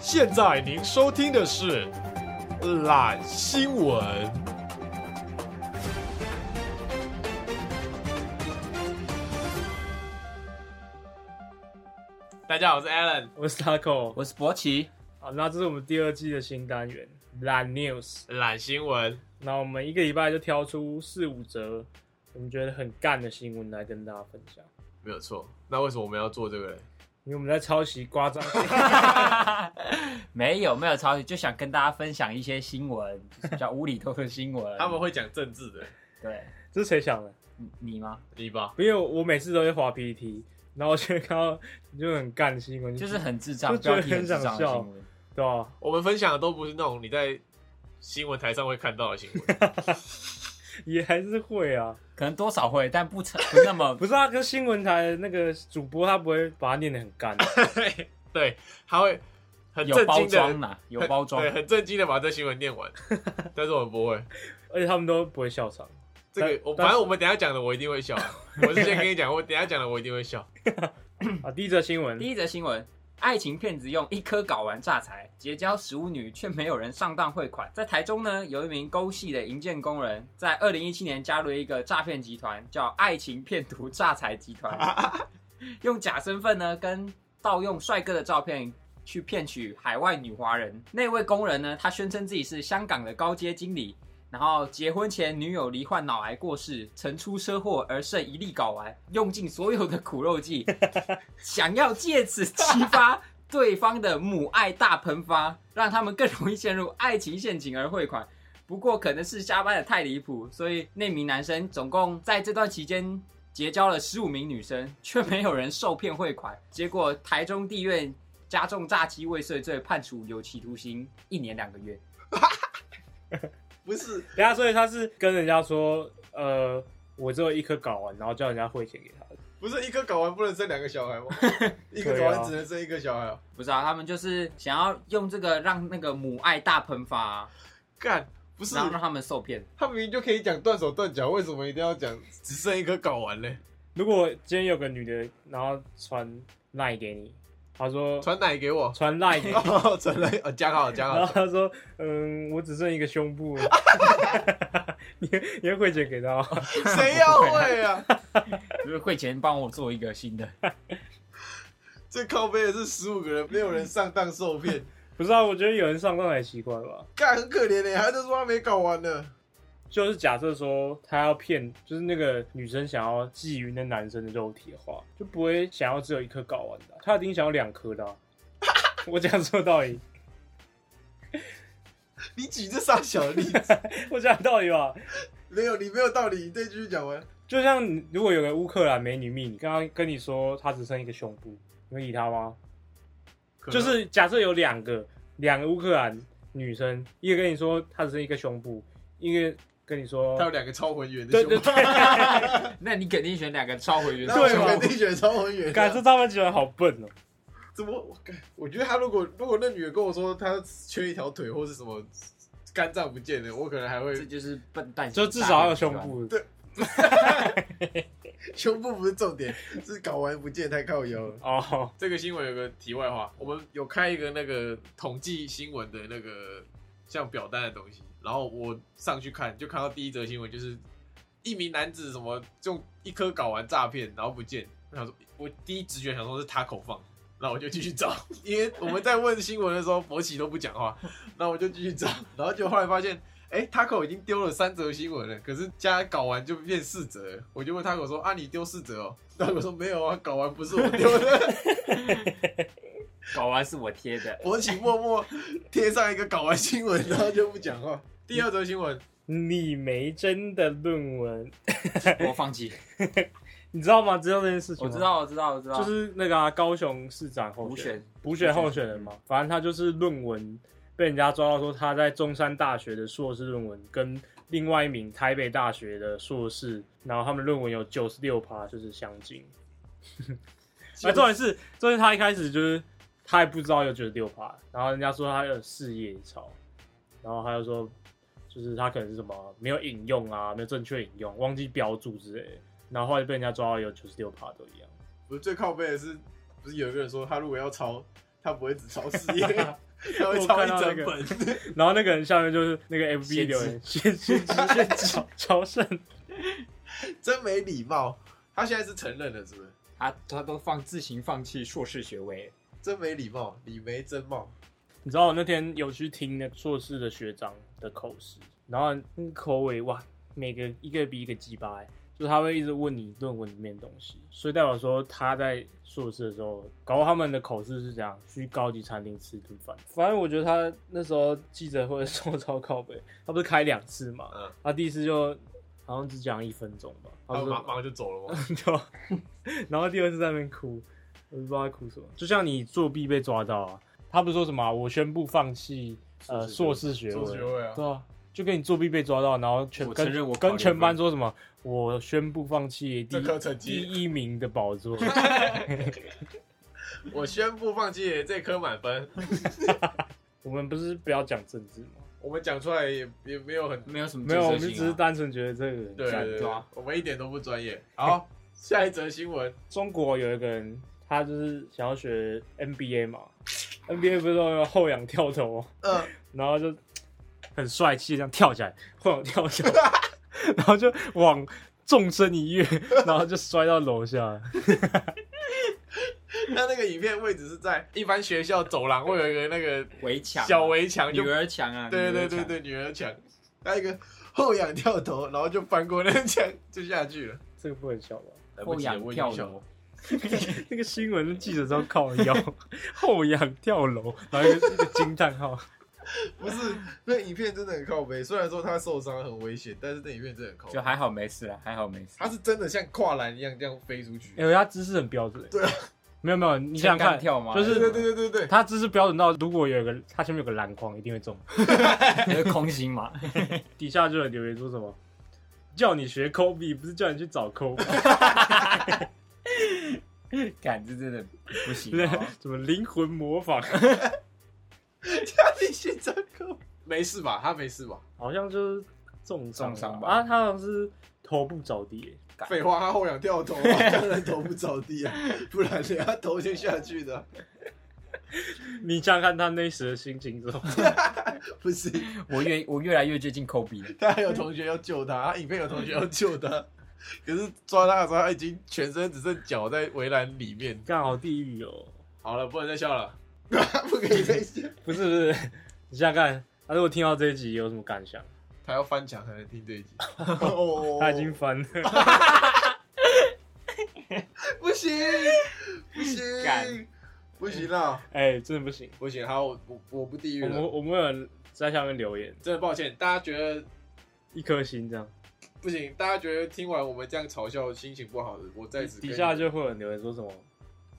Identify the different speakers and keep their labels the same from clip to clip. Speaker 1: 现在您收听的是《懒新闻》。
Speaker 2: 大家好，我是 Alan。
Speaker 3: 我是 Taco。
Speaker 4: 我是博奇，
Speaker 3: 好，那这是我们第二季的新单元懒 News。
Speaker 2: 懒新闻，
Speaker 3: 那我们一个礼拜就挑出四五则我们觉得很干的新闻来跟大家分享，
Speaker 2: 没有错。那为什么我们要做这个嘞？
Speaker 3: 因为我们在抄袭瓜张。
Speaker 4: 没有没有抄袭，就想跟大家分享一些新闻，就是比较无厘头的新闻。
Speaker 2: 他们会讲政治的，
Speaker 4: 对
Speaker 3: 这是谁想的？
Speaker 4: 你你吗？
Speaker 2: 你吧？
Speaker 3: 因为我每次都会滑 PPT，然后我就会看到就很干的新闻，
Speaker 4: 就是很智障，
Speaker 3: 就觉得
Speaker 4: 标题很智障
Speaker 3: 很
Speaker 4: 的
Speaker 3: 想笑
Speaker 4: 新闻。
Speaker 3: 对啊，
Speaker 2: 我们分享的都不是那种你在新闻台上会看到的新 闻。
Speaker 3: 也还是会啊。
Speaker 4: 可能多少会，但不成不那么
Speaker 3: 不是啊，跟新闻台的那个主播他不会把它念得很干，啊
Speaker 2: 对，他会很
Speaker 4: 有
Speaker 2: 震
Speaker 4: 包
Speaker 2: 惊的，
Speaker 4: 装啦，有包装
Speaker 2: 对，。很震惊的把这新闻念 完。但是我们不会，
Speaker 3: 而且他们都不会笑场。
Speaker 2: 这个
Speaker 3: 但
Speaker 2: 我反
Speaker 3: 但是
Speaker 2: 正我们等一下讲的我一定会笑。啊 我是先跟你讲，我等一下讲的我一定会笑。
Speaker 3: 啊，第一则新闻
Speaker 4: 第，一则新闻：爱情骗子用一颗睾丸诈财，结交食物女却没有人上当汇款。在台中呢，有一名勾系的营建工人，在二零一七年加入了一个诈骗集团，叫“爱情骗徒诈财集团”，用假身份呢跟盗用帅哥的照片。去骗取海外女华人，那位工人呢？他宣称自己是香港的高阶经理，然后结婚前女友罹患脑癌过世，曾出车祸而剩一粒睾丸，用尽所有的苦肉计，想要借此激发对方的母爱大喷发，让他们更容易陷入爱情陷阱而汇款。不过可能是加班的太离谱，所以那名男生总共在这段期间结交了十五名女生，却没有人受骗汇款。结果台中地院加重诈欺未遂罪，判处有期徒刑一年两个月。
Speaker 2: 不是，
Speaker 3: 等一下啊所以他是跟人家说，呃，我只有一颗睾丸，然后叫人家汇钱给他的。
Speaker 2: 不是一颗睾丸不能生两个小 孩吗？一
Speaker 3: 颗睾丸只
Speaker 2: 能生一个小孩、啊
Speaker 4: 不知道、他们就是想要用这个让那个母爱大喷发啊、
Speaker 2: 干，不是
Speaker 4: 然后让他们受骗。
Speaker 2: 他明明就可以讲断手断脚，为什么一定要讲只剩一颗睾丸嘞？
Speaker 3: 如果今天有个女的，然后传赖给你，她说，
Speaker 2: 传奶给我
Speaker 3: 传 赖给你，
Speaker 2: 哦，传奶，哦，加好加
Speaker 3: 然后
Speaker 2: 好，
Speaker 3: 她说，嗯，我只剩一个胸部了， 你你会汇钱给她吗？
Speaker 2: 谁要会啊？
Speaker 4: 就是汇钱帮我做一个新的，
Speaker 2: 这靠背的是十五个人，没有人上当受骗，
Speaker 3: 不是啊，我觉得有人上当才奇怪吧。
Speaker 2: 干很可怜嘞、欸，他就说他没搞完呢。
Speaker 3: 就是假设说他要骗，就是那个女生想要觊觎那男生的肉体的话，就不会想要只有一颗睾丸的啊、他一定想要两颗的啊、 我讲错道理，
Speaker 2: 你举这傻小的例 子，
Speaker 3: 我讲道理吧。
Speaker 2: 没有你没有道理，你再继续讲完。
Speaker 3: 就像如果有个乌克兰美女蜜，你刚刚跟你说她只剩一个胸部，你会理她吗？
Speaker 4: 啊
Speaker 3: 就是假设有两个两个乌克兰女生，一个跟你说她只剩一个胸部，一个跟你说
Speaker 2: 他有两个超浑圆的
Speaker 3: 对
Speaker 2: 胸
Speaker 3: 对
Speaker 2: 部，
Speaker 3: 对，
Speaker 4: 那你肯定选两个超回原
Speaker 2: 那我
Speaker 3: 对嘛
Speaker 2: 肯定选超浑圆的
Speaker 3: 感觉
Speaker 2: 啊。
Speaker 3: 他们居然好笨哦、
Speaker 2: 怎么？我干我觉得他如果如果那女的跟我说她缺一条腿或是什么肝脏不见了，我可能还
Speaker 4: 这
Speaker 2: 会
Speaker 4: 就是笨蛋，
Speaker 3: 就至少要有胸。部。
Speaker 2: 胸部不是重点，是睾丸不见太靠腰了。
Speaker 3: 哦，
Speaker 2: 这个新闻有个题外话，我们有开一个那个统计新闻的那个像表单的东西，然后我上去看，就看到第一则新闻，就是一名男子什么用一颗睾丸诈骗，然后不见。我想说，我第一直觉想说是他口放，然后我就继续找，因为我们在问新闻的时候，博奇都不讲话，然后我就继续找，然后就后来发现。哎、t a c o 已经丢了三则新闻了，可是加搞完就变四则了。我就问 Taco 说：“啊，你丢四则哦？”Taco 说：“没有啊，搞完不是我丢的。”
Speaker 4: 搞完是我贴的，
Speaker 2: 博起默默贴上一个搞完新闻，然后就不讲话。第二则新闻，
Speaker 3: 李梅珍的论文，
Speaker 4: 我放弃。
Speaker 3: 你知道吗？知道这件事情
Speaker 4: 我
Speaker 3: 吗
Speaker 4: 知，道，我知道，我知道。
Speaker 3: 就是那个、啊、高雄市长候
Speaker 4: 补
Speaker 3: 选
Speaker 4: 选，
Speaker 3: 补选候选人嘛，反正他就是论文被人家抓到说他在中山大学的硕士论文跟另外一名台北大学的硕士，然后他们论文有九十六趴就是相近。啊，重点是，重点是他一开始就是他还不知道有九十六趴，然后人家说他有事业潮，然后他就说就是他可能是什么没有引用啊，没有正确引用，忘记标注之类的，然后后来被人家抓到有九十六趴都一样。
Speaker 2: 我最靠背的是，不是有一个人说他如果要抄，他不会只抄事业，他会抄一整
Speaker 3: 我看
Speaker 2: 本，
Speaker 3: 然后那个人下面就是那个 FB
Speaker 2: 先知
Speaker 3: 留言，先先知先 知朝圣，
Speaker 2: 真没礼貌。他现在是承认了，是不是？
Speaker 4: 他他都放自行放弃硕士学位，
Speaker 2: 真没礼貌，李梅真貌。
Speaker 3: 你知道我那天有去听那个硕士的学长的口试，然后那个口尾哇，每个一个比一个鸡巴、欸，就是他会一直问你论文里面的东西，所以代表说他在硕士的时候，搞不好他们的口试是这样，去高级餐厅吃一顿饭。反正我觉得他那时候记者会的时候 超靠北，他不是开两次嘛，
Speaker 2: 嗯
Speaker 3: 他第一次就好像只讲一分钟吧，
Speaker 2: 他
Speaker 3: 他
Speaker 2: 马
Speaker 3: 说
Speaker 2: 马上就走 了吗？
Speaker 3: 对，然后第二次在那边哭，我就不知道他哭什么。就像你作弊被抓到啊，他不是说什么啊、我宣布放弃呃硕
Speaker 2: 硕
Speaker 3: 士学
Speaker 2: 做学
Speaker 3: 位，
Speaker 2: 位啊，
Speaker 3: 对啊，就跟你作弊被抓到，然后全
Speaker 4: 我承
Speaker 3: 跟
Speaker 4: 认我考
Speaker 3: 跟
Speaker 4: 零
Speaker 3: 全班
Speaker 4: 分
Speaker 3: 说什么，我宣布放弃第
Speaker 2: 这
Speaker 3: 一
Speaker 2: 科成
Speaker 3: 第
Speaker 2: 绩，
Speaker 3: 一名的 宝座。
Speaker 2: 我宣布放弃这科满分。
Speaker 3: 我们不是不要讲政 治吗？
Speaker 2: 我们讲出来也也没 有很
Speaker 4: 没有什么
Speaker 3: 没
Speaker 4: 建
Speaker 3: 有，我
Speaker 4: 设
Speaker 3: 们
Speaker 4: 性、
Speaker 3: 只
Speaker 4: 啊。
Speaker 3: 是单纯觉得这个人
Speaker 2: 对
Speaker 3: 干
Speaker 2: 对
Speaker 4: 对
Speaker 2: 对
Speaker 4: 啊，
Speaker 2: 我们一点都不专业。好， 下一则新闻，
Speaker 3: 中国有一个人，他就是想要学 NBA 嘛，NBA 不是都有后仰跳投吗？
Speaker 2: 呃，
Speaker 3: 然后就很帅气地这样跳起来，后仰跳起来，然后就往纵身一跃，然后就摔到楼下。
Speaker 2: 那那个影片位置是在一般学校走廊会有一个那个
Speaker 4: 围墙、啊
Speaker 2: 小围墙，
Speaker 4: 女
Speaker 2: 就
Speaker 4: 儿墙啊，
Speaker 2: 对
Speaker 4: 女儿
Speaker 2: 对
Speaker 4: 墙
Speaker 2: 对，对，女儿墙，他一个后仰跳投，然后就翻过那个墙 就下去了。
Speaker 3: 这个不很笑吧？
Speaker 2: 来不
Speaker 4: 后
Speaker 2: 及了
Speaker 4: 仰
Speaker 2: 我已
Speaker 4: 跳
Speaker 2: 经笑
Speaker 4: 楼
Speaker 2: 了，，
Speaker 3: 那个新闻记者都靠腰，后仰跳楼，然后一个一个惊叹号。
Speaker 2: 不是那影片真的很靠背。虽然说他受伤很危险，但是那影片真的很靠
Speaker 4: 就
Speaker 2: 背。
Speaker 4: 还好没事了，啊还好没事。
Speaker 2: 他是真的像跨栏一样这样飞出去。
Speaker 3: 哎、欸，他姿势很标准。
Speaker 2: 对啊，
Speaker 3: 没有没有，你想想
Speaker 4: 撑杆
Speaker 3: 看，
Speaker 4: 跳吗
Speaker 3: 就
Speaker 2: 对对
Speaker 3: 是
Speaker 2: 对对对对，
Speaker 3: 他姿势标准到，如果有一个他前面有个篮筐，一定会中。
Speaker 4: 就是 空心嘛，
Speaker 3: 底下就有留言说什么，叫你学 Kobe，不是叫你去找 Kobe。
Speaker 4: 感这真的不行、啊
Speaker 3: 对
Speaker 4: 好不好，
Speaker 3: 什么灵魂模仿，
Speaker 2: 他必须真扣。没事吧？他没 事吧？
Speaker 3: 好像就是重伤
Speaker 4: 重伤吧
Speaker 3: 啊，他好像是头部着地耶，
Speaker 2: 废话，他后仰跳 投、啊，当然头不着地啊，不然等下头先下去的啊、
Speaker 3: 你想想看他那时的心情之后，
Speaker 2: 不是，
Speaker 4: 我越我越来越接近 Kobe 了。
Speaker 2: 他还有同学要救他，他影片有同学要救他， 可是抓他的时候，他已经全身只剩脚在围栏里面。
Speaker 3: 刚好地狱哦，
Speaker 2: 好了，不能再笑了， 不可以再笑，
Speaker 3: 不是不是，你想想看，他如果听到这一集有什么感想？
Speaker 2: 他要翻墙才能听这一集。 哦
Speaker 3: 他已经翻了，
Speaker 2: 不行，不行
Speaker 4: 干，
Speaker 2: 不行啊啦，
Speaker 3: 哎、真的不行，
Speaker 2: 不行，好，我我我不地狱
Speaker 3: 我们
Speaker 2: 了，
Speaker 3: 我们有人在下面留言，
Speaker 2: 真的抱歉，大家觉得
Speaker 3: 一颗星这样，
Speaker 2: 不行，大家觉得听完我们这样嘲笑，心情不好的，我在此
Speaker 3: 底
Speaker 2: 跟
Speaker 3: 下
Speaker 2: 你
Speaker 3: 就会有人留言说什么，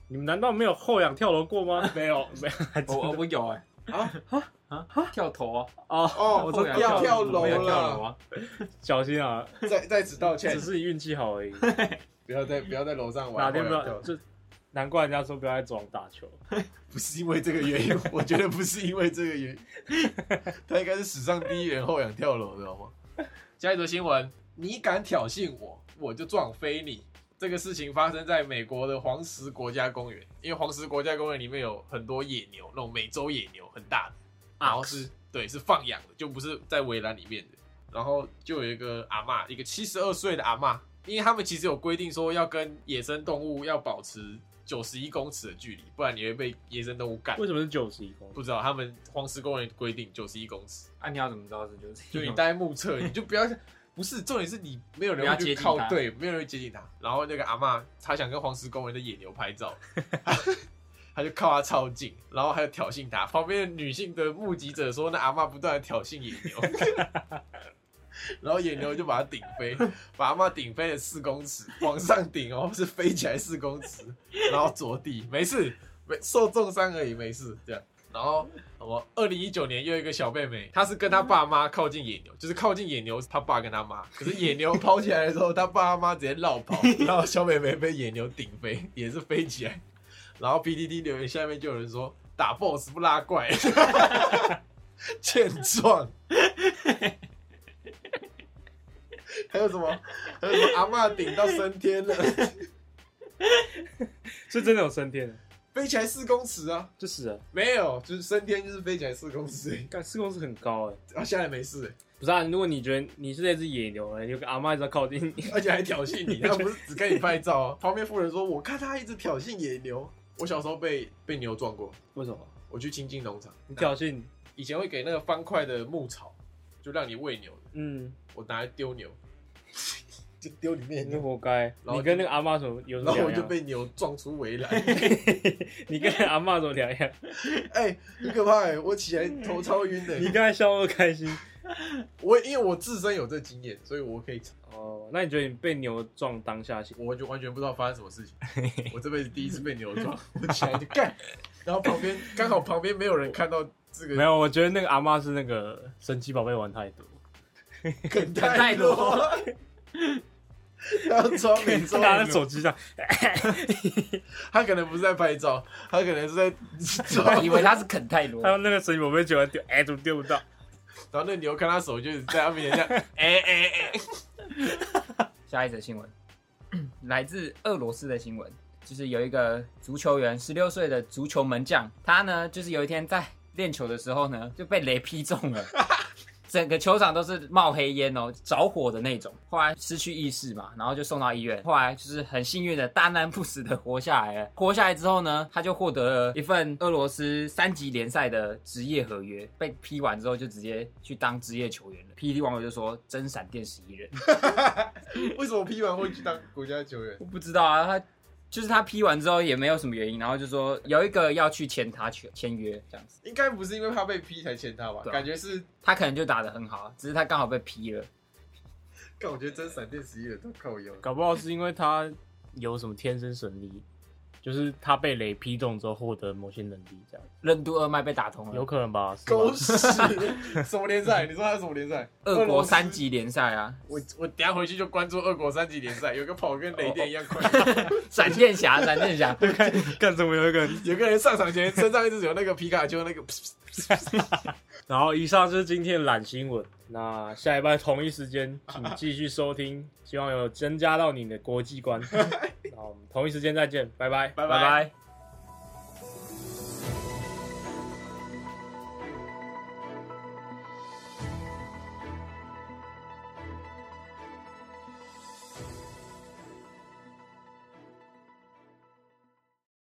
Speaker 3: 你们难道没有后仰跳楼过吗？没有 没有，还真
Speaker 4: 我我
Speaker 3: 的
Speaker 4: 我有哎、
Speaker 2: 啊
Speaker 4: 啊跳投啊，
Speaker 3: 哦
Speaker 2: 哦
Speaker 3: 我说
Speaker 4: 后仰
Speaker 2: 要跳楼
Speaker 4: 我要跳楼
Speaker 2: 了，
Speaker 4: 啊！
Speaker 3: 小心啊，
Speaker 2: 在在此道歉
Speaker 3: 只，是你运气好而 已。
Speaker 2: 不要在不要在楼上玩，
Speaker 3: 哪天不
Speaker 2: 后来
Speaker 3: 要
Speaker 2: 跳
Speaker 3: 就难怪人家说不要在走廊打球，
Speaker 2: 不是因为这个原因，我觉得不是因为这个原因，他应该是史上第一人后仰跳楼的，好吗？下一则新闻，你敢挑衅我，我就撞飞你。这个事情发生在美国的黄石国家公园，因为黄石国家公园里面有很多野牛，那种美洲野牛很大的，然后是对是放养的，就不是在围栏里面的。然后就有一个阿嬷，一个七十二岁的阿嬷，因为他们其实有规定说要跟野生动物要保持九十一公尺的距离，不然你会被野生动物干
Speaker 3: 为。什么是九十一公
Speaker 2: 不知道他们黄石公园规定九十一公尺，
Speaker 4: 啊，你要怎么知道是就是
Speaker 2: 就 你待在目测，你就不要。不是，重点是你没有人
Speaker 4: 不要
Speaker 2: 会
Speaker 4: 接
Speaker 2: 去
Speaker 4: 近
Speaker 2: 靠
Speaker 4: 它
Speaker 2: 对，没有人会接近他。然后那个阿嬷，她想跟黄石公园的野牛拍 照，她就靠他超近，然后还有挑衅他。旁边的女性的目击者说，那阿嬷不断的挑衅野牛， 然后野牛就把它顶飞，把阿嬷顶飞了四公尺，往上顶哦，是飞起来四公尺，然后着地，没事，没受重伤而已，没事，这样。然后我二零一九年又有一个小妹妹，她是跟她爸妈靠近野牛，就是靠近野牛，她爸跟她 妈。可是野牛跑起来的时候，她爸妈直接绕 跑，然后小妹妹被野牛顶飞，也是飞起 来。然后 PDD 留言下面就有人说打 BOSS 不拉 怪，欠撞。还有什么？还有什 么？阿嬷顶到升天了，
Speaker 3: 是真的有升天的，
Speaker 2: 飞起来四公尺啊，
Speaker 3: 就死了。
Speaker 2: 没有，就是升天就是飞起来四公尺而已，
Speaker 3: 干四公尺很高哎、
Speaker 2: 然后下来没事欸、
Speaker 3: 不是啊，如果你觉得你是那只野牛，哎有个阿妈一直在靠近你，
Speaker 2: 而且还挑衅你，他不是只跟你拍照、啊。旁边妇人说：“我看他一直挑衅野牛。”我小时候被被牛撞过，
Speaker 3: 为什么？
Speaker 2: 我去亲近农场，
Speaker 3: 你挑衅？
Speaker 2: 以前会给那个方块的牧草，就让你喂牛的，
Speaker 3: 嗯，
Speaker 2: 我拿来丢牛， 就丢里面
Speaker 3: 你
Speaker 2: 的牛，
Speaker 3: 活该。
Speaker 2: 然后
Speaker 3: 你跟那个阿妈什么有什
Speaker 2: 然
Speaker 3: 么
Speaker 2: 后我
Speaker 3: 两
Speaker 2: 就
Speaker 3: 样？
Speaker 2: 被牛撞出围栏。
Speaker 3: 你跟阿妈什么两样？
Speaker 2: 哎、很可怕、欸！我起来头超晕的、
Speaker 3: 你刚才笑那么开心
Speaker 2: 我因为我自身有这经验，所以我可以，
Speaker 3: 哦。那你觉得你被牛撞当下心？
Speaker 2: 我完全完全不知道发生什么事 情。我这辈子第一次被牛撞，我起来就干，然后旁边刚好旁边没有人看到这
Speaker 3: 没
Speaker 2: 个
Speaker 3: 有，我觉得那个阿妈是那个神奇宝贝玩太多。
Speaker 2: 梗
Speaker 4: 太
Speaker 2: 太
Speaker 4: 多
Speaker 2: 多，然后装 没装
Speaker 3: 拿在手机上，
Speaker 2: 他可能不是在拍照，他可能是在 装。
Speaker 4: 以为他是肯泰罗
Speaker 3: 还，有那个神奇宝贝九万丢，哎，怎么丢不到？
Speaker 2: 然后那牛看他手就是在他面前这样，哎哎哎，
Speaker 4: 下一则新闻， 来自俄罗斯的新闻，就是有一个足球员，十六岁的足球门将，他呢，就是有一天在练球的时候呢，就被雷劈中了。整个球场都是冒黑烟哦，着火的那种。后来失去意识嘛，然后就送到医院。后来就是很幸运的大难不死的活下来了。活下来之后呢，他就获得了一份俄罗斯三级联赛的职业合约。被批完之后，就直接去当职业球员了。PPT 网友就说：“真闪电十一人。”
Speaker 2: 为什么 P 完会去当国家球员？
Speaker 4: 我不知道啊，他就是他批完之后也没有什么原因，然后就说有一个要去签他签签约这样子，
Speaker 2: 应该不是因为他被 P 才签他吧？
Speaker 4: 对啊
Speaker 2: 感觉是，
Speaker 4: 他可能就打得很好，啊只是他刚好被批了。
Speaker 2: 但我觉得真闪电十一人都靠腰。
Speaker 3: 搞不好是因为他有什么天生神力，就是他被雷劈中之后获得某些能力，这样
Speaker 4: 任督二脉被打通
Speaker 3: 有
Speaker 4: 了，
Speaker 3: 可能吧？是吧
Speaker 2: 狗屎！什么联赛？你说他是什么联赛？
Speaker 4: 俄
Speaker 2: 罗
Speaker 4: 国
Speaker 2: 斯
Speaker 4: 三。级联赛啊，
Speaker 2: 我我等一下回去就关注俄国三级联赛，有个跑跟雷电一样快，
Speaker 4: 闪电侠，闪电侠，
Speaker 3: 看看怎么有一个人，
Speaker 2: 有个人上场前身上一直有那个皮卡丘那个
Speaker 3: 然后以上就是今天的懒新闻。那下一拜同一时间，请继续收听， 希望有增加到你的国际观。那我们同一时间再见，拜拜，
Speaker 2: 拜
Speaker 4: 拜拜。